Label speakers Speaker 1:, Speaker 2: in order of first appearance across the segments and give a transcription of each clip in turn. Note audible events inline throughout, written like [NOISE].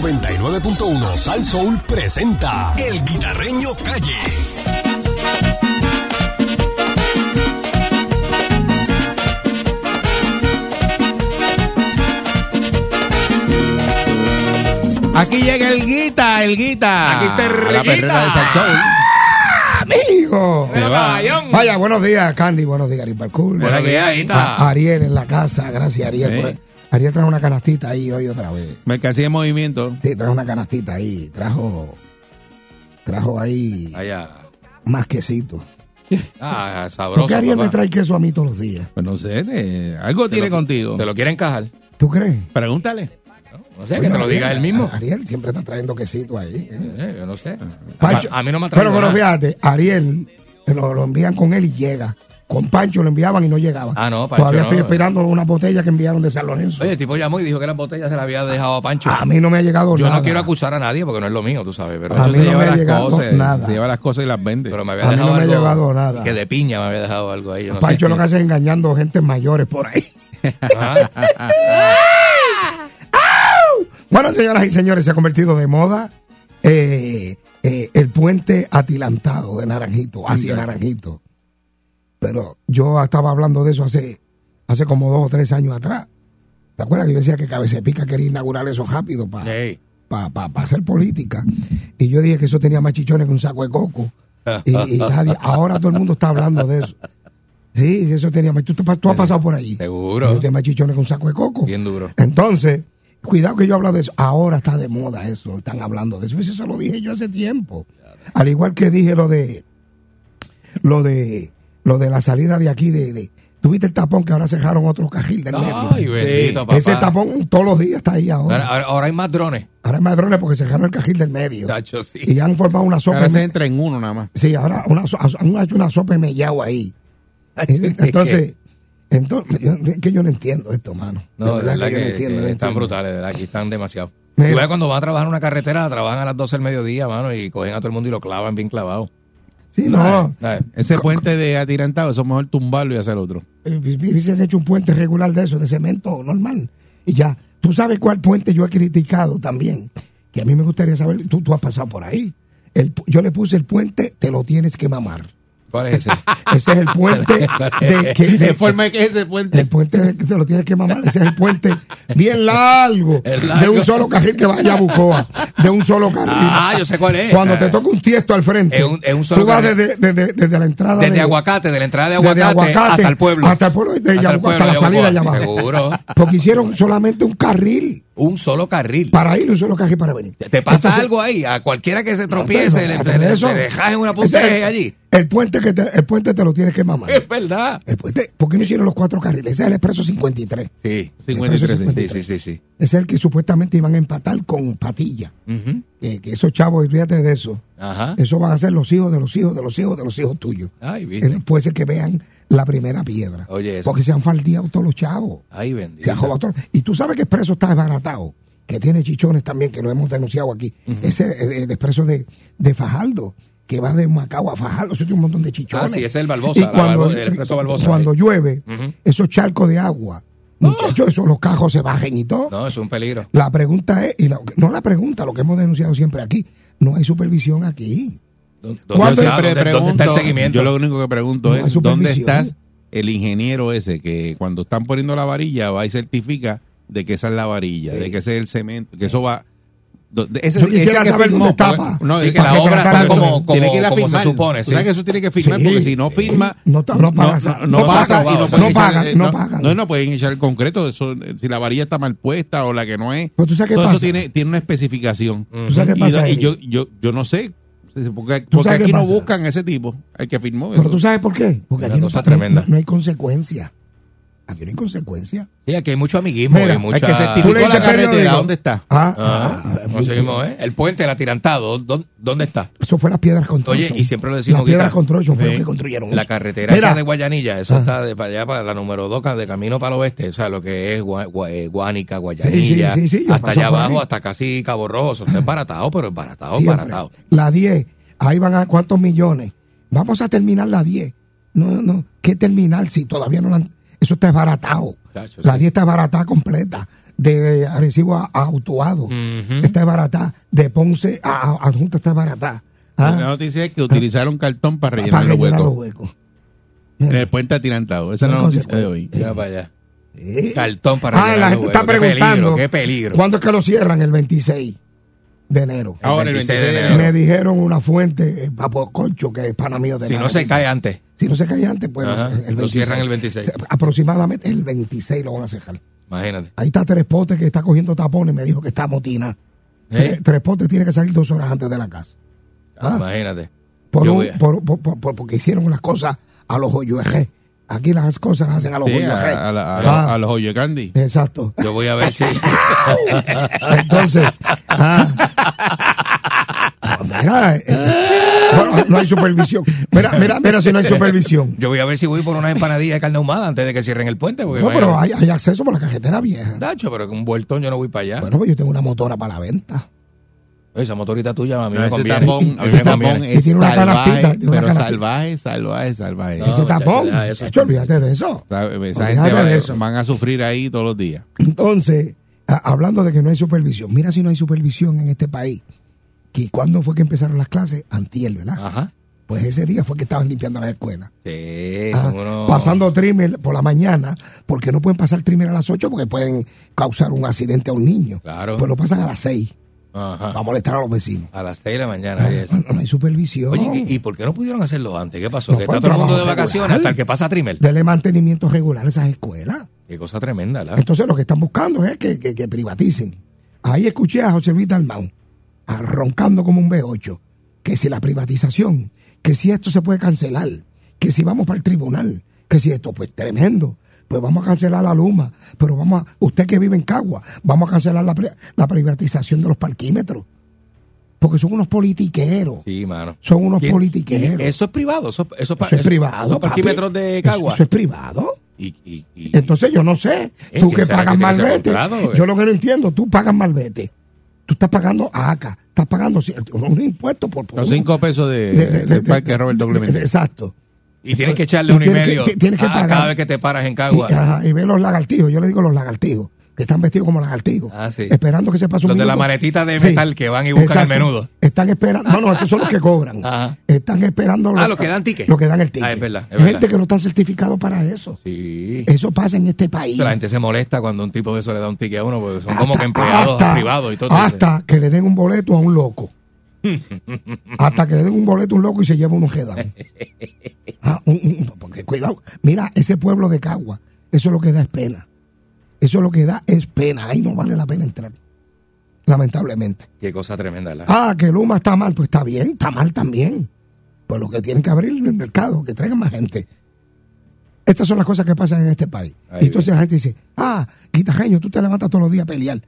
Speaker 1: 99.1 Sal Soul presenta El Guitarreño Calle.
Speaker 2: Aquí llega el guita, el guita.
Speaker 3: Aquí está el Guita.
Speaker 2: La perrera de Sal Soul.
Speaker 4: Amigo.
Speaker 2: Se va.
Speaker 3: Caballón.
Speaker 4: Vaya, buenos días, Candy. Buenos días, Gary Parkour.
Speaker 2: Buenos días, Guita.
Speaker 4: A- Ariel en la casa. Gracias, Ariel.
Speaker 2: Sí.
Speaker 4: por- Ariel trajo una canastita ahí hoy otra vez.
Speaker 2: Mercancía en movimiento.
Speaker 4: Sí, trajo una canastita ahí. Trajo. Trajo ahí
Speaker 3: Allá.
Speaker 4: más quesito.
Speaker 3: Ah, sabroso.
Speaker 4: ¿Por qué Ariel
Speaker 3: papá.
Speaker 4: me trae queso a mí todos los días?
Speaker 2: Pues no sé, te- algo tiene contigo.
Speaker 3: Te lo quieren encajar.
Speaker 4: ¿Tú crees?
Speaker 2: Pregúntale.
Speaker 3: No sé,
Speaker 4: Oye,
Speaker 3: que te lo
Speaker 4: Ariel,
Speaker 3: diga él mismo.
Speaker 4: a- Ariel siempre está trayendo quesito ahí. ¿eh?
Speaker 3: Eh, yo no sé.
Speaker 4: Pancho-
Speaker 3: a, a mí no me ha
Speaker 4: Pero,
Speaker 3: traído
Speaker 4: pero
Speaker 3: nada.
Speaker 4: fíjate, Ariel te lo, lo envían con él y llega. Con Pancho lo enviaban y no llegaba.
Speaker 3: Ah, no, Pancho,
Speaker 4: Todavía estoy
Speaker 3: no.
Speaker 4: esperando una botella que enviaron de San Lorenzo.
Speaker 3: Oye, el tipo llamó y dijo que las botellas se las había dejado a Pancho.
Speaker 4: a mí no me ha
Speaker 3: yo
Speaker 4: llegado Ah, pues nada.
Speaker 3: no quiero acusar a nadie porque no es lo mío, tú sabes. Pero,
Speaker 4: A
Speaker 2: Eso
Speaker 4: mí
Speaker 2: se
Speaker 4: no
Speaker 2: lleva
Speaker 4: me ha
Speaker 2: las
Speaker 4: llegado
Speaker 2: cosas,
Speaker 4: nada.
Speaker 2: Se lleva las cosas y las vende.
Speaker 3: pero me
Speaker 4: a
Speaker 3: había
Speaker 4: mí no
Speaker 3: dejado
Speaker 4: me ha
Speaker 3: algo
Speaker 4: llegado nada.
Speaker 3: Que de piña me había dejado algo ahí. Yo no sé.
Speaker 4: Pancho lo que hace es engañando gente mayores por ahí. [LAUGHS]
Speaker 3: Ah,
Speaker 4: Bueno, señoras y señores, se ha convertido de moda eh, eh, el puente atilantado de Naranjito, hacia Naranjito. Pero yo estaba hablando de eso hace, hace como dos o tres años atrás. ¿Te acuerdas que yo decía que Cabecepica quería inaugurar eso rápido para
Speaker 3: ey.
Speaker 4: hacer política? Y yo dije que eso tenía más chichones que un saco de coco. Y, y nadie- ahora todo el mundo está hablando de eso. Sí, eso tenía más. Tú, te- tú has pasado por allí.
Speaker 3: Seguro.
Speaker 4: Yo tenía más chichones que un saco de coco.
Speaker 3: Bien duro.
Speaker 4: Entonces, cuidado que yo hablo de eso. Ahora está de moda eso, están hablando de eso. Eso se lo dije yo hace tiempo. Al igual que dije lo de lo de lo de la salida de aquí de, de- tuviste el tapón que ahora cejaron otro cajil del metro.
Speaker 3: Ay, bendito, papá.
Speaker 4: Ese tapón todos los días está ahí
Speaker 3: Ahora,
Speaker 4: ahora.
Speaker 3: ahora- ahora hay más drones.
Speaker 4: Ahora hay madrones porque cejaron el cajil del medio.
Speaker 3: Chacho, sí.
Speaker 4: Y han formado una sopa.
Speaker 2: Ahora se
Speaker 4: me-
Speaker 2: entra en uno nada más.
Speaker 4: Sí, ahora una so- han hecho una sopa de mellao ahí. Entonces, entonces es que yo no entiendo esto, mano.
Speaker 3: No, de verdad
Speaker 4: yo no
Speaker 3: que,
Speaker 4: entiendo,
Speaker 3: que
Speaker 4: no
Speaker 3: están
Speaker 4: entiendo.
Speaker 3: brutales, de verdad, aquí están demasiado.
Speaker 4: Mira.
Speaker 3: Tú ves cuando van a trabajar en una carretera, trabajan a las 12 del mediodía, mano, y cogen a todo el mundo y lo clavan bien clavado.
Speaker 4: Sí, no.
Speaker 3: ¿Sabes?
Speaker 2: Ese puente de atirantado, eso es mejor tumbarlo y hacer otro.
Speaker 4: Eh, hubiesen hecho un puente regular de eso, de cemento normal. Y ya, tú sabes cuál puente yo he criticado también, que a mí me gustaría saber, tú, tú has pasado por ahí. El pu- yo le puse el puente, te lo tienes que mamar.
Speaker 3: ¿Cuál es
Speaker 4: [LAUGHS]
Speaker 3: ese?
Speaker 4: Ese es el puente de
Speaker 3: [LAUGHS]
Speaker 4: que... de-
Speaker 2: que ese puente.
Speaker 4: el puente de que te lo tienes que mamar, ese es el puente bien largo,
Speaker 3: [LAUGHS] El largo.
Speaker 4: de un solo carril que vaya a Bucoa, de un solo carril.
Speaker 3: Ah, yo sé cuál es.
Speaker 4: Cuando te
Speaker 3: Ah.
Speaker 4: toca un tiesto al frente,
Speaker 3: Es un- es un solo
Speaker 4: tú vas
Speaker 3: carril.
Speaker 4: desde, desde- desde la entrada
Speaker 3: Desde
Speaker 4: de,
Speaker 3: Aguacate, de la entrada de
Speaker 4: desde
Speaker 3: Aguacate, hasta el pueblo.
Speaker 4: Hasta el pueblo de
Speaker 3: Hasta el
Speaker 4: Yabucoa,
Speaker 3: pueblo
Speaker 4: hasta la
Speaker 3: de
Speaker 4: salida de
Speaker 3: Yabucoa.
Speaker 4: Yabucoa. [LAUGHS]
Speaker 3: Seguro.
Speaker 4: Porque hicieron solamente un carril
Speaker 3: Un solo carril.
Speaker 4: para ir y un solo carril para venir.
Speaker 3: ¿Te pasa
Speaker 4: Entonces,
Speaker 3: algo ahí? A cualquiera que se
Speaker 4: entonces,
Speaker 3: tropiece, le,
Speaker 4: hasta
Speaker 3: le- le-
Speaker 4: eso,
Speaker 3: le dejas en una
Speaker 4: ese es el-
Speaker 3: punta allí.
Speaker 4: El puente, que te, el puente te lo tienes que mamar.
Speaker 3: Es verdad.
Speaker 4: El puente, ¿Por qué no hicieron los cuatro carriles? Ese es el expreso 53.
Speaker 3: Sí, sí,
Speaker 2: 53.
Speaker 3: sí, sí. sí.
Speaker 4: Ese es el que supuestamente iban a empatar con Patilla.
Speaker 3: Ujú.
Speaker 4: Eh, que esos chavos, olvídate de eso.
Speaker 3: Ajá.
Speaker 4: Eso van a ser los hijos de los hijos de los hijos de los hijos tuyos.
Speaker 3: Ay,
Speaker 4: Eh,
Speaker 3: viste.
Speaker 4: Puede ser que vean la primera piedra.
Speaker 3: Oye, eso.
Speaker 4: porque se han faldeado todos los chavos.
Speaker 3: Ay,
Speaker 4: Se
Speaker 3: bendito.
Speaker 4: ha robado todo. Y tú sabes que Expreso está desbaratado, que tiene chichones también, que lo hemos denunciado aquí. Ese el, el Expreso de, de Fajardo, que va de Macao a Fajardo, eso tiene un montón de chichones.
Speaker 3: Ah, sí, ese es el Barbosa, la Barbo- el Expreso Barbosa,
Speaker 4: cuando
Speaker 3: sí.
Speaker 4: llueve,
Speaker 3: Ujú. Oh.
Speaker 4: esos charcos de agua, muchachos, esos los cajos se bajen y todo.
Speaker 3: No, es un peligro.
Speaker 4: La pregunta es, y la- no la pregunta, lo que hemos denunciado siempre aquí, no hay supervisión aquí.
Speaker 3: ¿Dó- dónde
Speaker 2: Yo
Speaker 4: ¿Cuándo-
Speaker 3: está-
Speaker 2: siempre
Speaker 3: dónde- dónde está
Speaker 2: pregunto.
Speaker 3: el seguimiento?
Speaker 2: Yo lo único que pregunto
Speaker 4: No hay
Speaker 2: es: ¿dónde
Speaker 4: supervisión.
Speaker 2: estás el ingeniero ese que cuando están poniendo la varilla va y certifica de que esa es la varilla, de que ese es el cemento, que eso va. do- de- Ese,
Speaker 4: Yo quisiera
Speaker 2: que
Speaker 4: saber
Speaker 2: firmó,
Speaker 4: dónde está,
Speaker 2: porque-
Speaker 4: pa.
Speaker 2: No,
Speaker 3: Sí,
Speaker 2: es
Speaker 3: ¿eh? que la
Speaker 4: para
Speaker 3: obra
Speaker 4: tratar
Speaker 3: está
Speaker 4: eso.
Speaker 3: como, como,
Speaker 2: tiene que ir a
Speaker 3: como se
Speaker 2: firmar.
Speaker 3: supone,
Speaker 2: O
Speaker 3: sí.
Speaker 2: sea que eso tiene que firmar
Speaker 4: Sí.
Speaker 2: porque si no firma.
Speaker 4: No ta- no pasa.
Speaker 2: no- no
Speaker 4: No
Speaker 2: pasa
Speaker 3: pasa,
Speaker 2: y
Speaker 3: no
Speaker 2: pueden
Speaker 3: pagan,
Speaker 2: echar- eh,
Speaker 4: no pagan.
Speaker 2: No, no pueden echar el concreto. Eso, eh, si la varilla está mal puesta o la que no es.
Speaker 4: Pero tú sabes qué
Speaker 2: todo
Speaker 4: pasa.
Speaker 2: eso tiene, tiene una especificación.
Speaker 3: Mm.
Speaker 4: ¿Tú sabes qué
Speaker 2: Y-
Speaker 4: pasa,
Speaker 2: y,
Speaker 4: Eric?
Speaker 2: yo, yo, yo no sé. Porque, porque
Speaker 4: sabes qué
Speaker 2: aquí no
Speaker 4: pasa?
Speaker 2: buscan ese tipo, el que firmó.
Speaker 4: Pero
Speaker 2: eso.
Speaker 4: tú sabes por qué. Porque
Speaker 3: Una
Speaker 4: aquí no,
Speaker 3: cosa
Speaker 4: no-
Speaker 3: tremenda.
Speaker 4: no- no hay consecuencia. Aquí no hay consecuencia.
Speaker 3: Sí, aquí hay mucho amiguismo
Speaker 4: Mira,
Speaker 3: y
Speaker 4: hay
Speaker 3: mucha...
Speaker 2: Es que
Speaker 4: Tú
Speaker 2: certificó
Speaker 4: le dices
Speaker 2: la carretera,
Speaker 4: periódico.
Speaker 2: ¿dónde está?
Speaker 4: Ah,
Speaker 3: Ah,
Speaker 4: ah,
Speaker 3: no seguimos, ¿eh? El puente, el atirantado, ¿dó- ¿dónde está?
Speaker 4: Eso fue las piedras construction.
Speaker 3: Oye, y siempre lo decimos,
Speaker 4: Las piedras
Speaker 3: Guita.
Speaker 4: construction fue
Speaker 3: Sí.
Speaker 4: lo que construyeron.
Speaker 3: La
Speaker 4: eso.
Speaker 3: carretera
Speaker 4: Mira,
Speaker 3: esa de Guayanilla, esa
Speaker 4: Ah.
Speaker 3: está de para allá, para la número 2, de camino para el oeste, o sea, lo que es Gua- Gua- eh, Guánica, Guayanilla,
Speaker 4: Sí, sí, sí, sí, yo
Speaker 3: hasta
Speaker 4: paso
Speaker 3: allá
Speaker 4: por
Speaker 3: abajo,
Speaker 4: ahí. Ah.
Speaker 3: hasta casi Cabo Rojo, eso está baratado, pero es baratado,
Speaker 4: siempre.
Speaker 3: baratado.
Speaker 4: La 10. Ahí van a cuántos millones. Vamos a terminar la 10. No, no. ¿Qué terminar si todavía no la han- Eso está desbaratado.
Speaker 3: Chacho,
Speaker 4: La
Speaker 3: sí.
Speaker 4: 10 está desbaratada completa. de Arecibo a, a Utuado
Speaker 3: Ujú.
Speaker 4: está barata, de Ponce a, a- a Junta está barata. ¿ah?
Speaker 2: La noticia es que utilizaron cartón para
Speaker 4: Pa-
Speaker 2: rellenar
Speaker 4: para
Speaker 2: los
Speaker 4: rellenar
Speaker 2: huecos.
Speaker 4: los huecos.
Speaker 2: En el puente atirantado. Esa es la
Speaker 4: No
Speaker 2: noticia
Speaker 4: se
Speaker 2: de hoy.
Speaker 3: Mira para allá.
Speaker 4: Eh.
Speaker 3: Cartón para
Speaker 4: Ah,
Speaker 3: rellenar
Speaker 4: la
Speaker 3: los
Speaker 4: gente está
Speaker 3: huevos. Qué
Speaker 4: preguntando.
Speaker 3: peligro, Qué peligro. Ah,
Speaker 4: ¿Cuándo es que lo cierran? El 26 de enero.
Speaker 2: Ahora el 26 de enero.
Speaker 4: Me dijeron una fuente, eh, Papo Concho, que es pana mío de
Speaker 3: Si no
Speaker 4: Naranjito.
Speaker 3: se cae antes.
Speaker 4: Si no se cae antes, pues
Speaker 3: Ajá,
Speaker 4: no sé,
Speaker 3: lo cierran el 26.
Speaker 4: Aproximadamente el 26 lo van a cerrar.
Speaker 3: Imagínate.
Speaker 4: Ahí está Tres Potes que está cogiendo tapones, me dijo que está motina.
Speaker 3: ¿Eh?
Speaker 4: Tres, Tres Potes tiene que salir dos horas antes de la casa. Ah,
Speaker 3: Imagínate.
Speaker 4: por
Speaker 3: yo
Speaker 4: un-
Speaker 3: voy a-
Speaker 4: por- por- por- por- porque hicieron las cosas a los hoyuejes. Aquí las cosas las hacen a los
Speaker 2: Sí, a,
Speaker 4: hoyuejes.
Speaker 2: a la- a
Speaker 4: Ah,
Speaker 2: la- a los Oye Candy.
Speaker 4: Exacto.
Speaker 3: Yo voy a ver si.
Speaker 4: Entonces, ah. No, mira, eh, bueno, no hay supervisión. Mira, mira, mira si no hay supervisión.
Speaker 3: Yo voy a ver si voy por unas empanadillas de carne ahumada antes de que cierren el puente. Porque
Speaker 4: No, pero
Speaker 3: imagínate.
Speaker 4: hay, hay acceso por la carretera vieja.
Speaker 3: Dacho, pero con un vueltón yo no voy para allá.
Speaker 4: Bueno, pues yo tengo una motora para la venta.
Speaker 3: Esa motorita tuya a mí
Speaker 2: No,
Speaker 3: me
Speaker 2: ese
Speaker 3: conviene.
Speaker 2: tapón,
Speaker 3: a mí
Speaker 2: ese
Speaker 3: me
Speaker 2: tapón
Speaker 3: conviene.
Speaker 2: es
Speaker 4: tiene una
Speaker 2: salvaje,
Speaker 4: canastita, tiene una
Speaker 2: pero
Speaker 4: canastita.
Speaker 2: salvaje, salvaje, salvaje.
Speaker 3: No,
Speaker 4: Ese
Speaker 3: muchacho,
Speaker 4: tapón.
Speaker 3: deja eso.
Speaker 4: Chacho, olvídate de eso.
Speaker 2: ¿Sabe? Esa
Speaker 4: Olvídate
Speaker 2: gente va-
Speaker 4: de Pues eso.
Speaker 2: van a sufrir ahí todos los días.
Speaker 4: Entonces, a- hablando de que no hay supervisión, mira si no hay supervisión en este país. ¿Y cuándo fue que empezaron las clases? Antiel, ¿verdad?
Speaker 3: Ajá.
Speaker 4: Pues ese día fue que estaban limpiando las escuelas.
Speaker 3: Sí,
Speaker 4: Ah,
Speaker 3: son unos-
Speaker 4: Pasando trimmer por la mañana, porque no pueden pasar trimmer a las 8 porque pueden causar un accidente a un niño.
Speaker 3: Claro. Ah.
Speaker 4: Pues lo pasan a las 6
Speaker 3: Ajá.
Speaker 4: para molestar a los vecinos.
Speaker 3: A las 6 de la mañana. oye, eso.
Speaker 4: Ah. No, no hay supervisión.
Speaker 3: Oye, ¿y, y por qué no pudieron hacerlo antes? ¿Qué pasó?
Speaker 4: No,
Speaker 3: que
Speaker 4: pues,
Speaker 3: está todo el mundo de
Speaker 4: trabajo
Speaker 3: vacaciones
Speaker 4: regular.
Speaker 3: hasta el que pasa Trimel.
Speaker 4: Dele mantenimiento regular a esas escuelas.
Speaker 3: Qué cosa tremenda, ¿la?
Speaker 4: Entonces lo que están buscando es que, que- que privaticen. Ahí escuché a José Luis Dalmau a- roncando como un B8, que si la privatización, que si esto se puede cancelar, que si vamos para el tribunal, que si esto, pues tremendo, pues vamos a cancelar la Luma, pero vamos a, usted que vive en Cagua, vamos a cancelar la, pri- la privatización de los parquímetros, porque son unos politiqueros,
Speaker 3: Sí, mano.
Speaker 4: son unos
Speaker 3: ¿Quién-
Speaker 4: politiqueros.
Speaker 3: y
Speaker 4: Eso,
Speaker 3: Eso es privado. Eso, eso, pa-
Speaker 4: es
Speaker 3: eso-
Speaker 4: privado.
Speaker 3: Los parquímetros
Speaker 4: papi.
Speaker 3: de
Speaker 4: Eso-
Speaker 3: Cagua.
Speaker 4: eso es privado.
Speaker 3: Y, y- y-
Speaker 4: Entonces yo no sé,
Speaker 3: Eh,
Speaker 4: tú
Speaker 3: ¿quién
Speaker 4: que
Speaker 3: será
Speaker 4: pagas
Speaker 3: que eh? tiene ese
Speaker 4: malvete,
Speaker 3: contrato, güey?
Speaker 4: yo lo que no entiendo, tú pagas malvete, tú estás pagando a ACA, estás pagando cierto, un impuesto por... por
Speaker 2: Los
Speaker 4: un-
Speaker 2: cinco pesos de,
Speaker 4: de- de-
Speaker 2: del
Speaker 4: de-
Speaker 2: parque Robert
Speaker 4: de-
Speaker 2: W.
Speaker 4: de- de- Exacto.
Speaker 3: y tienes que echarle
Speaker 4: y
Speaker 3: uno y
Speaker 4: tienes que-
Speaker 3: medio
Speaker 4: ti- tienes que
Speaker 3: a-
Speaker 4: pagar.
Speaker 3: cada vez que te paras en
Speaker 4: Y,
Speaker 3: Cagua.
Speaker 4: ajá, y ve los lagartijos, yo le digo los lagartijos, que están vestidos como lagartijos,
Speaker 3: Ah, sí.
Speaker 4: esperando que se pase un
Speaker 3: Los de la
Speaker 4: minuto.
Speaker 3: maletita de metal que van y buscan el menudo.
Speaker 4: Están esperando, no, no, esos son los que cobran.
Speaker 3: Ajá.
Speaker 4: Están esperando...
Speaker 3: Ah, los que dan ticket.
Speaker 4: Los que dan el ticket.
Speaker 3: Ah, es verdad, es
Speaker 4: Gente
Speaker 3: verdad.
Speaker 4: que no están certificados para eso.
Speaker 3: Sí.
Speaker 4: Eso pasa en este país.
Speaker 3: La gente se molesta cuando un tipo de eso le da un ticket a uno, porque son como
Speaker 4: Ah, Hasta-
Speaker 3: que empleados
Speaker 4: hasta-
Speaker 3: privados y todo.
Speaker 4: Hasta que le den un boleto a un
Speaker 3: [LAUGHS]
Speaker 4: loco. hasta que le den un boleto a un loco y se lleva uno
Speaker 3: [LAUGHS]
Speaker 4: que dan. Ah, un- un- porque cuidado, mira, ese pueblo de Cagua, eso lo que da es pena. Eso lo que da es pena. Ahí no vale la pena entrar. Lamentablemente.
Speaker 3: Qué cosa tremenda, ¿la?
Speaker 4: Ah, que Luma está mal, pues está bien, está mal también. Pues lo que tienen que abrir el mercado, que traigan más gente. Estas son las cosas que pasan en este país.
Speaker 3: Ahí
Speaker 4: Y entonces la gente dice, ah, guitajeño, tú te levantas todos los días a pelear.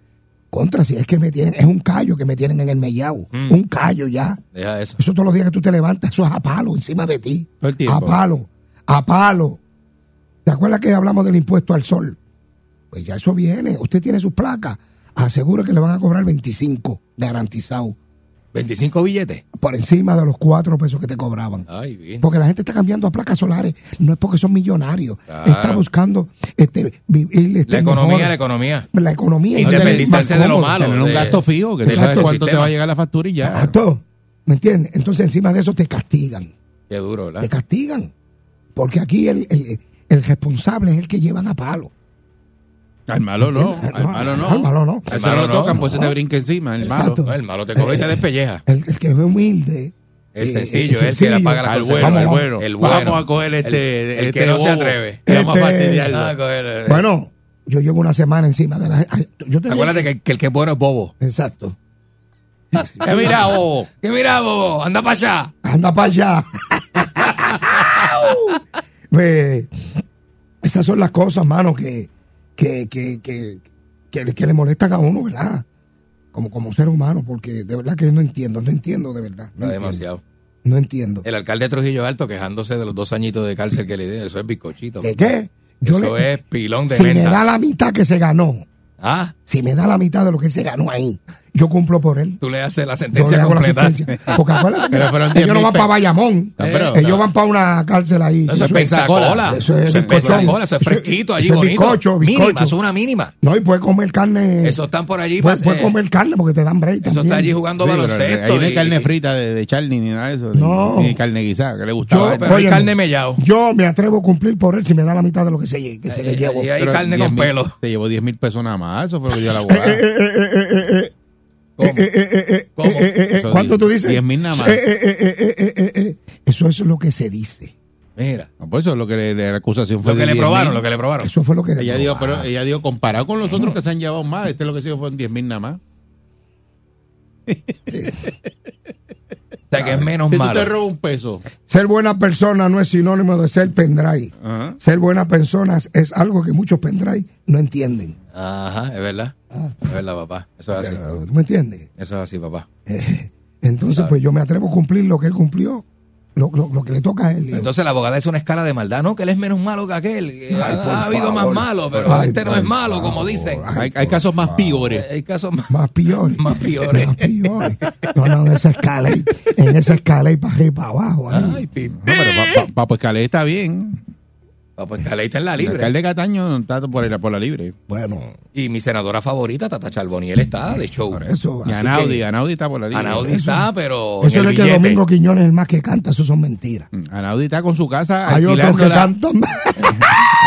Speaker 4: Contra, si es que me tienen, es un callo que me tienen en el mellao.
Speaker 3: Mm.
Speaker 4: Un callo ya.
Speaker 3: Deja eso.
Speaker 4: Eso todos los días que tú te levantas, eso es a palo encima de ti.
Speaker 2: Todo el tiempo.
Speaker 4: A palo, a palo. ¿Te acuerdas que hablamos del impuesto al sol? Pues ya eso viene. Usted tiene sus placas. Aseguro que le van a cobrar 25 garantizado
Speaker 3: 25 billetes.
Speaker 4: por encima de los cuatro pesos que te cobraban.
Speaker 3: Ay, bien.
Speaker 4: Porque la gente está cambiando a placas solares, no es porque son millonarios,
Speaker 3: Claro.
Speaker 4: está buscando este, vivir este,
Speaker 3: La economía,
Speaker 4: mejor.
Speaker 3: la economía.
Speaker 4: la economía. y
Speaker 3: Independizarse
Speaker 4: más
Speaker 3: de lo
Speaker 4: cómodo.
Speaker 3: malo.
Speaker 2: Tener un
Speaker 3: de-
Speaker 2: gasto fijo, que tú
Speaker 3: del
Speaker 2: sabes
Speaker 3: gasto
Speaker 2: cuánto te
Speaker 3: sistema.
Speaker 2: va a llegar la factura y ya.
Speaker 4: Exacto. ¿Me entiendes? Entonces encima de eso te castigan,
Speaker 3: Qué duro, ¿la?
Speaker 4: te castigan. Porque aquí el, el- el responsable es el que llevan a palo.
Speaker 2: Al malo no,
Speaker 4: ¿Entiendes?
Speaker 2: al
Speaker 4: No,
Speaker 2: malo no.
Speaker 4: al malo no.
Speaker 2: Al
Speaker 3: Al
Speaker 2: malo
Speaker 3: malo
Speaker 2: lo tocan,
Speaker 3: no.
Speaker 2: pues se te brinca encima, el malo.
Speaker 4: Exacto. Eh,
Speaker 3: No, el malo te coge y te despelleja.
Speaker 4: El, el que es humilde.
Speaker 3: Es
Speaker 4: eh,
Speaker 3: sencillo,
Speaker 4: es
Speaker 3: es el que la
Speaker 4: sencillo.
Speaker 3: paga la
Speaker 2: Al
Speaker 3: cosa.
Speaker 2: bueno,
Speaker 4: Vamos,
Speaker 2: al
Speaker 4: vamos.
Speaker 2: bueno.
Speaker 3: El bueno.
Speaker 2: Vamos a coger este.
Speaker 3: El- el
Speaker 2: este
Speaker 3: que no se
Speaker 2: bobo.
Speaker 3: atreve.
Speaker 2: Y Vamos a
Speaker 4: Este-
Speaker 2: fastidiarlo.
Speaker 3: Ah, coge el-
Speaker 4: Bueno, yo llevo una semana encima de la gente. Yo te
Speaker 3: Acuérdate que, que el que es bueno es bobo.
Speaker 4: Exacto.
Speaker 3: [LAUGHS] Que Eh, mira, bobo. Que mira, bobo. Anda para allá.
Speaker 4: Anda para allá. [LAUGHS] Ve, esas son las cosas, mano, que, que, que, que, que, le- que le molestan a uno, ¿verdad? Como, como ser humano, porque de verdad que yo no entiendo, no entiendo de verdad. No,
Speaker 3: No,
Speaker 4: entiendo,
Speaker 3: demasiado.
Speaker 4: no entiendo.
Speaker 3: El alcalde de Trujillo Alto quejándose de los dos añitos de cárcel que le dieron. Eso es bizcochito.
Speaker 4: ¿De qué? Yo
Speaker 3: Eso
Speaker 4: le-
Speaker 3: es pilón de
Speaker 4: si me da
Speaker 3: menta.
Speaker 4: la mitad que se ganó,
Speaker 3: Ah,
Speaker 4: si me da la mitad de lo que él se ganó ahí, yo cumplo por él.
Speaker 3: Tú le haces la
Speaker 4: Yo le
Speaker 3: sentencia
Speaker 4: hago la
Speaker 3: completa.
Speaker 4: asistencia.
Speaker 3: [LAUGHS]
Speaker 4: Porque acuérdate que
Speaker 2: Pero fueron
Speaker 4: ellos
Speaker 2: 10.000
Speaker 4: no van para
Speaker 2: pesos.
Speaker 4: Bayamón.
Speaker 2: Ah, pero-
Speaker 4: ellos van para una cárcel ahí.
Speaker 3: Eso es pensacola.
Speaker 4: Eso es
Speaker 3: Eso es
Speaker 4: bizcochón.
Speaker 3: pensacola, eso es
Speaker 4: Eso-
Speaker 3: fresquito allí
Speaker 4: eso es
Speaker 3: bonito.
Speaker 4: bizcocho, bizcocho.
Speaker 3: Mínima, es una mínima.
Speaker 4: No, y puedes comer carne.
Speaker 3: Eso están por allí.
Speaker 4: puedes,
Speaker 3: pues,
Speaker 4: puedes
Speaker 3: eh,
Speaker 4: Eh, comer carne porque te dan break.
Speaker 3: eso está
Speaker 4: también.
Speaker 3: allí jugando
Speaker 2: Sí, pero
Speaker 3: baloncesto.
Speaker 2: Ahí no hay
Speaker 3: y-
Speaker 2: carne frita de, de Charlie ni nada de eso.
Speaker 4: No.
Speaker 2: Ni, ni carne guisada, que le
Speaker 3: No,
Speaker 2: gustaba.
Speaker 4: Yo-
Speaker 3: pero hay
Speaker 4: Óyeme.
Speaker 3: carne mellao.
Speaker 4: Yo me atrevo a cumplir por él si me da la mitad de lo que se, que se le
Speaker 3: Eh,
Speaker 4: llevo.
Speaker 3: y hay
Speaker 2: Pero
Speaker 3: carne
Speaker 2: 10
Speaker 3: con
Speaker 2: mil-
Speaker 3: pelo.
Speaker 2: Te llevó 10 mil pesos nada más. Eso fue lo que yo la
Speaker 4: Eh, eh,
Speaker 2: abogada.
Speaker 4: [LAUGHS] eh, eh, eh, eh, eh.
Speaker 3: ¿Cómo?
Speaker 4: Eh, eh, eh, eh,
Speaker 3: ¿Cómo?
Speaker 4: eh, eh, eh, eh.
Speaker 2: Eso
Speaker 4: ¿Cuánto tú dices?
Speaker 2: 10.000 nada más.
Speaker 4: Eh, eh, eh, eh, eh, eh, eh, eh. Eso es lo que se dice.
Speaker 3: Mira.
Speaker 2: Ah, Pues eso es lo que le, le- la acusación fue
Speaker 3: Lo
Speaker 2: de
Speaker 3: que le
Speaker 2: 10.000.
Speaker 3: probaron, lo que le probaron.
Speaker 4: Eso fue lo que
Speaker 2: Ella dijo, pero ella dijo, comparado con los otros que se han llevado más, este lo que se llevó fueron 10 mil nada más.
Speaker 3: O sea, que es menos
Speaker 2: Si tú te
Speaker 3: malo.
Speaker 2: robas un peso.
Speaker 4: Ser buena persona no es sinónimo de ser pendrive.
Speaker 2: Ajá.
Speaker 4: Ser buenas personas es algo que muchos pendrive no entienden.
Speaker 3: Ajá, es verdad. Es verdad, papá. Eso es así.
Speaker 4: Pero, ¿Tú me entiendes?
Speaker 3: Eso es así, papá.
Speaker 4: Eh, entonces,
Speaker 3: Sabe.
Speaker 4: pues yo me atrevo a cumplir lo que él cumplió, lo, lo- lo que le toca a él.
Speaker 3: Entonces la abogada es una escala de maldad, ¿no? Que él es menos malo que aquel. que
Speaker 4: Ay, por
Speaker 3: ha habido
Speaker 4: favor.
Speaker 3: más malos, pero
Speaker 4: Ay,
Speaker 3: este no
Speaker 4: por
Speaker 3: es malo, como
Speaker 4: favor.
Speaker 3: dicen.
Speaker 4: Ay,
Speaker 2: Hay, hay
Speaker 4: por
Speaker 2: casos más
Speaker 4: favor.
Speaker 2: pigores.
Speaker 3: Eh, Hay casos más.
Speaker 4: Más
Speaker 3: [LAUGHS]
Speaker 4: peores.
Speaker 3: Más ¿eh? peores.
Speaker 4: Más peores. No, no, en esa escala ahí, en esa escala ahí para arriba y para abajo. ahí.
Speaker 3: Ay, tío.
Speaker 2: No, pero pa- pa- Papo Escalé está bien.
Speaker 3: Papá Escalé está en la
Speaker 2: El
Speaker 3: libre.
Speaker 2: alcalde Cataño no está por la, por la libre.
Speaker 4: Bueno,
Speaker 3: Y mi senadora favorita, Tata Charboniel, está de show.
Speaker 4: eso.
Speaker 2: Y
Speaker 4: así
Speaker 2: Anaudi,
Speaker 4: que-
Speaker 2: Anaudi está por la libre.
Speaker 3: Anaudi está, pero.
Speaker 4: eso
Speaker 3: en
Speaker 4: de
Speaker 3: el
Speaker 4: que
Speaker 3: billete.
Speaker 4: Domingo Quiñones es el más que canta, eso son mentiras.
Speaker 2: Mm, Anaudi está con su casa
Speaker 4: Hay otros que
Speaker 2: alquilándola
Speaker 4: cantan más.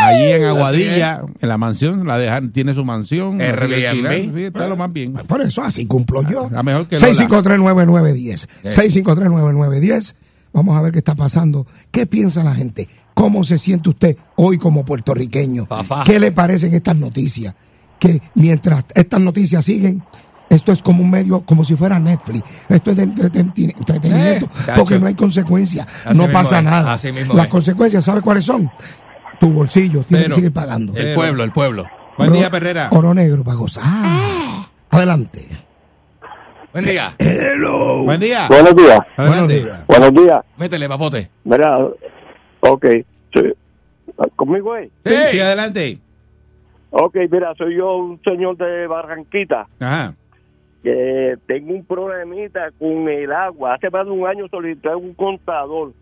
Speaker 2: ahí en Aguadilla, en la mansión, la dejan, tiene su mansión. así
Speaker 3: Airbnb.
Speaker 2: que alquilan, sí, está lo más bien.
Speaker 4: Por eso así cumplo
Speaker 3: Ah,
Speaker 4: yo.
Speaker 2: Está mejor que Lola.
Speaker 4: 6539910. 6539910. Vamos a ver qué está pasando. ¿Qué piensa la gente? ¿Cómo se siente usted hoy como puertorriqueño?
Speaker 3: Papá.
Speaker 4: ¿Qué le parecen estas noticias? Que mientras estas noticias siguen, esto es como un medio, como si fuera Netflix. Esto es de entreten- entretenimiento,
Speaker 3: Eh, chacho.
Speaker 4: porque no hay consecuencias,
Speaker 3: Así
Speaker 4: no
Speaker 3: mismo
Speaker 4: pasa
Speaker 3: es,
Speaker 4: nada.
Speaker 3: así mismo
Speaker 4: Las
Speaker 3: es.
Speaker 4: consecuencias, ¿sabe cuáles son? Tu bolsillo tiene
Speaker 2: Pero-
Speaker 4: que seguir pagando.
Speaker 2: Eh,
Speaker 3: El pueblo, el pueblo.
Speaker 2: Buen
Speaker 4: Oro-
Speaker 2: día, Perrera.
Speaker 4: Oro negro para gozar. Adelante.
Speaker 3: Buen día.
Speaker 2: Buen día.
Speaker 5: Buenos días,
Speaker 2: Adelante.
Speaker 4: Uh. Buenos días.
Speaker 5: buenos días.
Speaker 3: Métele, papote.
Speaker 5: Mira, ok, sí. conmigo es.
Speaker 2: Sí,
Speaker 3: Sí.
Speaker 2: sí, adelante.
Speaker 5: Ok, mira, soy yo un señor de Barranquita
Speaker 2: Ajá.
Speaker 5: que tengo un problemita con el agua. Hace más de un año solicité un contador.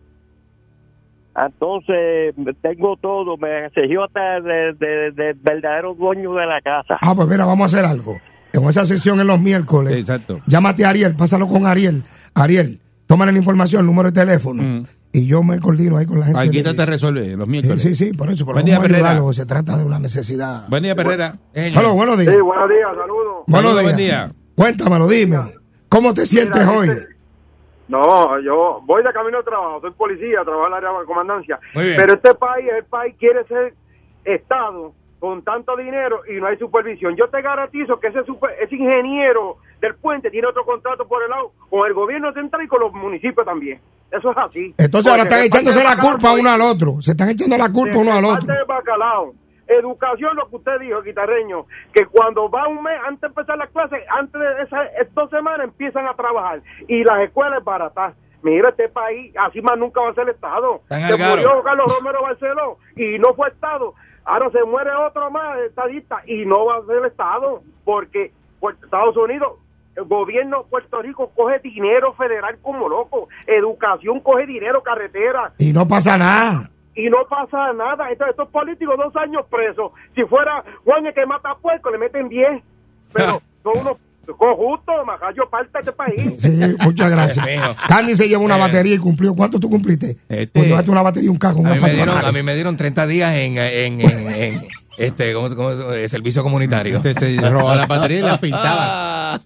Speaker 5: Entonces, tengo todo, me exigió hasta del verdadero dueño de la casa.
Speaker 4: Ah, pues mira, vamos a hacer algo. En esa sesión en los miércoles,
Speaker 2: Sí, exacto.
Speaker 4: llámate a Ariel, pásalo con Ariel. Ariel, tómale la información, número de teléfono.
Speaker 2: Mm.
Speaker 4: Y yo me coordino ahí con la gente.
Speaker 2: Aquí
Speaker 4: de-
Speaker 2: te resuelve los
Speaker 4: Sí,
Speaker 2: miércoles.
Speaker 4: sí, sí, por eso. Pero
Speaker 2: Buen
Speaker 4: vamos
Speaker 2: día,
Speaker 4: a ayudarlo,
Speaker 2: Perrera.
Speaker 4: se trata de una necesidad.
Speaker 2: Buen día, Perrera.
Speaker 3: Señor.
Speaker 4: Hola, buenos días.
Speaker 5: buenos días, saludos.
Speaker 4: buenos
Speaker 2: Saludos,
Speaker 4: días.
Speaker 2: buen día.
Speaker 4: Cuéntamelo, dime. ¿Cómo te sientes hoy?
Speaker 5: No, yo voy de camino al trabajo, soy policía, trabajo en el área de comandancia.
Speaker 3: Muy bien.
Speaker 5: Pero este país, el país quiere ser Estado con tanto dinero y no hay supervisión. Yo te garantizo que ese, super- ese ingeniero del puente tiene otro contrato por el lado con el gobierno central y con los municipios también. Eso es así.
Speaker 4: Entonces ahora
Speaker 5: Porque este
Speaker 4: están
Speaker 5: de
Speaker 4: echándose
Speaker 5: parte de
Speaker 4: la culpa
Speaker 5: bacalao,
Speaker 4: uno al otro. Se están echando la
Speaker 5: de-
Speaker 4: culpa uno
Speaker 5: de
Speaker 4: al
Speaker 5: parte
Speaker 4: otro.
Speaker 5: de bacalao. Educación, lo que usted dijo, guitarreño, que cuando va un mes antes de empezar las clases, antes de esas es- dos semanas empiezan a trabajar y las escuelas baratas. Mira, este país así más nunca va a ser Estado.
Speaker 3: Tan
Speaker 5: se
Speaker 3: algaro.
Speaker 5: murió Carlos Romero Barceló y no fue Estado. Ahora se muere otro más estadista y no va a ser Estado porque pues, Estados Unidos, el gobierno de Puerto Rico coge dinero federal como loco, educación coge dinero, carretera,
Speaker 4: Y no pasa nada.
Speaker 5: y no pasa nada. Entonces, estos políticos dos años presos. Si fuera Juan el que mata a puerco, le meten 10. Pero son unos conjuntos, majayo, parte de este país.
Speaker 4: Sí, muchas gracias.
Speaker 3: Dios mío.
Speaker 4: Candy se llevó una
Speaker 3: Eh.
Speaker 4: batería y cumplió. ¿Cuánto tú cumpliste?
Speaker 2: Este-
Speaker 4: Pues llevaste una batería y un cajo.
Speaker 3: A
Speaker 4: una
Speaker 3: mí, me
Speaker 4: pata
Speaker 3: dieron,
Speaker 4: rara.
Speaker 3: a mí me dieron 30 días en, en, en- en, este, ¿cómo- cómo- eh, servicio comunitario.
Speaker 2: Este se robaba la batería y las pintaba.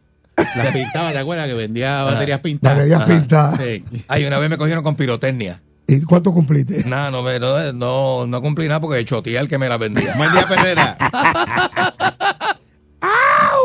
Speaker 2: Las pintaba, ¿te acuerdas? Que vendía baterías pintadas.
Speaker 4: Baterías pintadas.
Speaker 2: Sí.
Speaker 3: [LAUGHS] Ay, una vez me cogieron con pirotecnia.
Speaker 4: ¿Y cuánto cumpliste?
Speaker 3: Nada, no, me- no, no, no cumplí nada porque choteé al que me la vendía.
Speaker 2: Buen día, Perrera.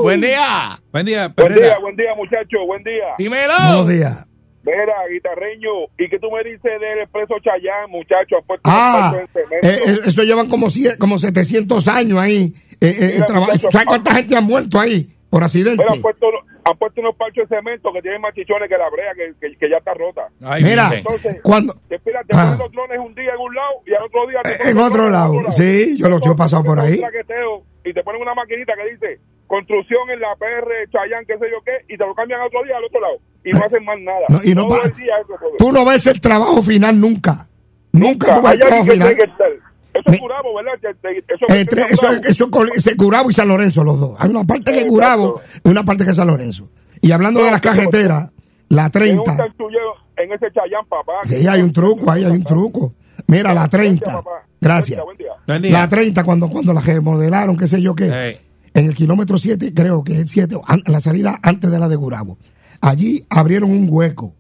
Speaker 3: ¡Buen día!
Speaker 2: Buen día,
Speaker 6: Buen
Speaker 2: Perrera.
Speaker 6: día, buen día, muchachos, buen día.
Speaker 3: ¡Dímelo!
Speaker 4: Buenos días.
Speaker 6: Vera, guitarreño, ¿y qué tú me dices del expreso Chayán, muchacho? Ha puesto
Speaker 4: Ah,
Speaker 6: un expreso en
Speaker 4: eh,
Speaker 6: cemento.
Speaker 4: eh, eso llevan como, cie- como 700 años ahí. eh, eh,
Speaker 6: Mira,
Speaker 4: traba-
Speaker 6: muchacho, ah. pues,
Speaker 4: ¿Sabes cuánta gente ha muerto ahí por accidente?
Speaker 6: Mira, han puesto, han puesto unos parchos de cemento que tienen más chichones que la brea, que, que- que ya está rota.
Speaker 3: Ay,
Speaker 4: Mira,
Speaker 3: miren.
Speaker 6: Entonces,
Speaker 4: cuando...
Speaker 6: Te espera, te
Speaker 4: Ah.
Speaker 6: ponen los drones un día en un lado y al otro día... te
Speaker 4: Eh,
Speaker 6: ponen
Speaker 4: en
Speaker 6: los
Speaker 4: otro
Speaker 6: drones en
Speaker 4: lado. Sí, yo los- yo he pasado por
Speaker 6: Te ponen
Speaker 4: ahí.
Speaker 6: un traqueteo Y te ponen una maquinita que dice, construcción en la PR, Chayán, qué sé yo qué, y te lo cambian a otro día al otro lado. Y no hacen más nada.
Speaker 4: No, y no
Speaker 6: Todo
Speaker 4: pa-
Speaker 6: el día eso, todo.
Speaker 4: Tú no ves el trabajo final nunca. Nunca tú ves
Speaker 6: Hay
Speaker 4: el trabajo
Speaker 6: alguien que tiene
Speaker 4: final.
Speaker 6: que estar. Eso
Speaker 4: Me-
Speaker 6: es curabo, ¿verdad? Que te- Eso,
Speaker 4: Eh, tres- eso,
Speaker 6: Curabo.
Speaker 4: es- eso es col- ese Curabo y San Lorenzo, los dos. Hay una parte que es
Speaker 6: Exacto.
Speaker 4: Curabo y una parte que es San Lorenzo. Y hablando de las cajeteras, la
Speaker 6: Es un
Speaker 4: 30.
Speaker 6: chanchullero en ese Chayán, papá.
Speaker 4: Sí, hay un truco, ahí hay un truco. Mira, la 30.
Speaker 6: papá.
Speaker 4: Gracias.
Speaker 6: Buen día.
Speaker 2: Buen día.
Speaker 4: La 30, cuando, cuando la remodelaron, qué sé yo qué.
Speaker 3: Ey.
Speaker 4: En el kilómetro 7, creo que es el 7, an- la salida antes de la de Gurabo. Allí abrieron un hueco.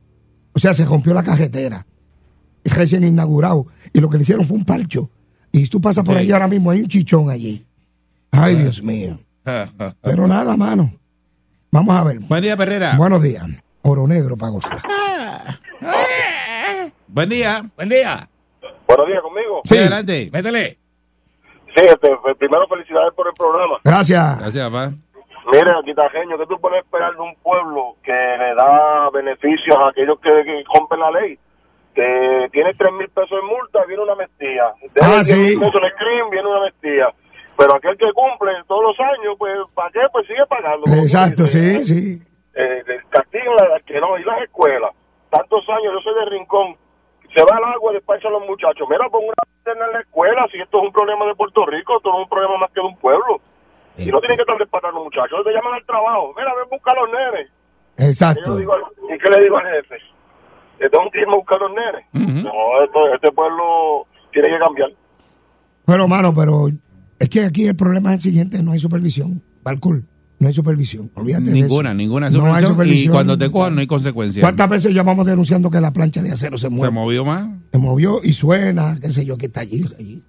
Speaker 4: O sea, se rompió la carretera. Recién inaugurado. Y lo que le hicieron fue un parcho. Y tú pasas por allí ahora mismo, hay un chichón allí. Ay, Dios mío. Pero nada, mano. Vamos a ver.
Speaker 2: Buen día, Perrera.
Speaker 4: Buenos días. Oro negro para gozar.
Speaker 2: Buen día.
Speaker 3: Buen día.
Speaker 6: Buenos días conmigo.
Speaker 2: Sí. Adelante.
Speaker 3: [LAUGHS] Métele.
Speaker 6: Sí, este, pues, primero felicidades por el programa.
Speaker 4: Gracias.
Speaker 2: Gracias, papá.
Speaker 6: Mira, guitajeño, ¿qué tú puedes esperar de un pueblo que le da beneficios a aquellos que, que cumplen la ley? Que tiene tres mil pesos en multa, viene una amnistía.
Speaker 4: Ah,
Speaker 6: Debe
Speaker 4: sí.
Speaker 6: 10.000 pesos en el crimen, viene una amnistía. Pero aquel que cumple todos los años, pues, ¿para qué? Pues sigue pagando. como tú
Speaker 4: Exacto, sí,
Speaker 6: dices.
Speaker 4: sí.
Speaker 6: eh, el castigo a las que no, y las escuelas, tantos años, yo soy de Rincón, se va al agua y despacha a los muchachos, mira, pon una linterna en la escuela, si esto es un problema de Puerto Rico, esto no es un problema más que de un pueblo, y no tienen que estar despachando a los muchachos, te llaman al trabajo, mira, ven buscar a los nenes, y, yo
Speaker 4: Exacto.
Speaker 6: digo, al- ¿y qué le digo al jefe? Esto es un crimen buscar a los nenes, no, esto, este pueblo tiene que cambiar.
Speaker 4: Bueno, mano, pero es que aquí el problema es el siguiente, no hay supervisión. Balcool, no hay supervisión. Olvídate de
Speaker 2: Ninguna,
Speaker 4: eso.
Speaker 2: ninguna
Speaker 4: No hay
Speaker 2: supervisión. Y
Speaker 4: supervisión.
Speaker 2: cuando te cojan no hay consecuencias.
Speaker 4: ¿Cuántas veces llamamos denunciando que la plancha de acero se
Speaker 2: Se
Speaker 4: mueve?
Speaker 2: movió más.
Speaker 4: Se movió y suena, qué sé yo, que está allí, allí.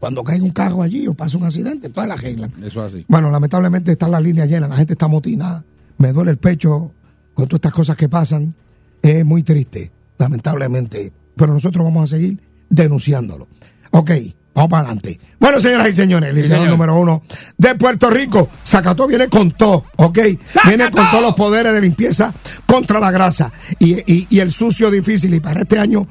Speaker 4: Cuando cae un carro allí o pasa un accidente, todas las reglas.
Speaker 2: Eso así.
Speaker 4: Bueno, lamentablemente está la línea llena, la gente está motinada, me duele el pecho con todas estas cosas que pasan. Es muy triste, lamentablemente. Pero nosotros vamos a seguir denunciándolo. Ok, vamos para adelante. Bueno, señoras y señores, el liderazgo
Speaker 3: señor.
Speaker 4: número uno de Puerto Rico. Zacató viene con todo, ¿ok? Viene con todos los poderes de limpieza contra la grasa y, y- y el sucio difícil. Y para este año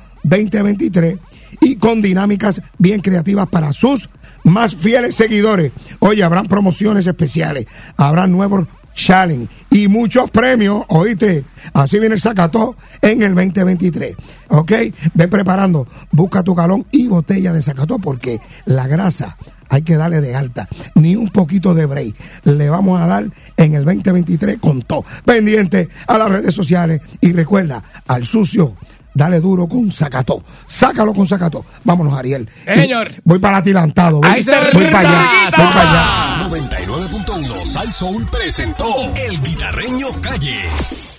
Speaker 4: 2023 y con dinámicas bien creativas para sus más fieles seguidores. Oye, habrán promociones especiales, habrán nuevos challenge y muchos premios, oíste, así viene el Zacató en el 2023, ¿ok? Ve preparando, busca tu galón y botella de Zacató porque la grasa hay que darle de alta, ni un poquito de break, le vamos a dar en el 2023 con todo, pendiente a las redes sociales y recuerda, al sucio, dale duro con Zacató, sácalo con Zacató, vámonos Ariel.
Speaker 3: Sí, señor.
Speaker 4: Voy para atilantado, voy,
Speaker 3: Ahí se
Speaker 4: voy para allá,
Speaker 3: rinda.
Speaker 4: voy para allá.
Speaker 1: 99.1 Sal Soul presentó El Guitarreño Calle.